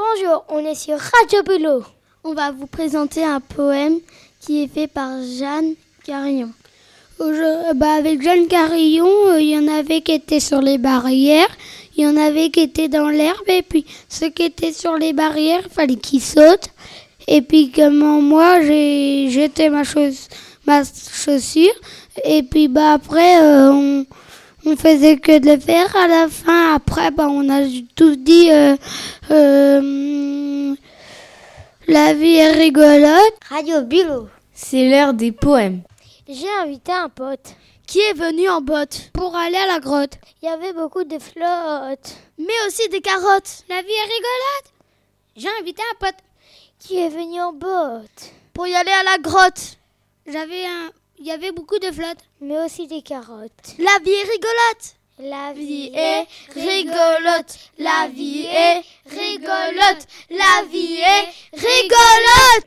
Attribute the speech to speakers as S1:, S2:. S1: Bonjour, on est sur Radio Bulo. On va vous présenter un poème qui est fait par Jeanne Carillon. Aujo- bah, avec Jeanne Carillon, euh, il y en avait qui étaient sur les barrières, il y en avait qui étaient dans l'herbe, et puis ceux qui étaient sur les barrières, il fallait qu'ils sautent. Et puis comment moi, j'ai jeté ma, chauss- ma chaussure, et puis bah après, euh, on, on faisait que de le faire à la fin. Après, bah, on a tous dit euh, euh, la vie est rigolote.
S2: Radio Bulot.
S3: C'est l'heure des poèmes.
S2: J'ai invité un pote.
S1: Qui est venu en botte pour aller à la grotte
S2: Il y avait beaucoup de flottes.
S1: Mais aussi des carottes. La vie est rigolote. J'ai invité un pote
S2: Qui est venu en botte
S1: pour y aller à la grotte. J'avais un, il y avait beaucoup de flotte.
S2: Mais aussi des carottes.
S1: La vie est rigolote.
S2: La vie
S1: est rigolote, la vie est rigolote, la vie est rigolote.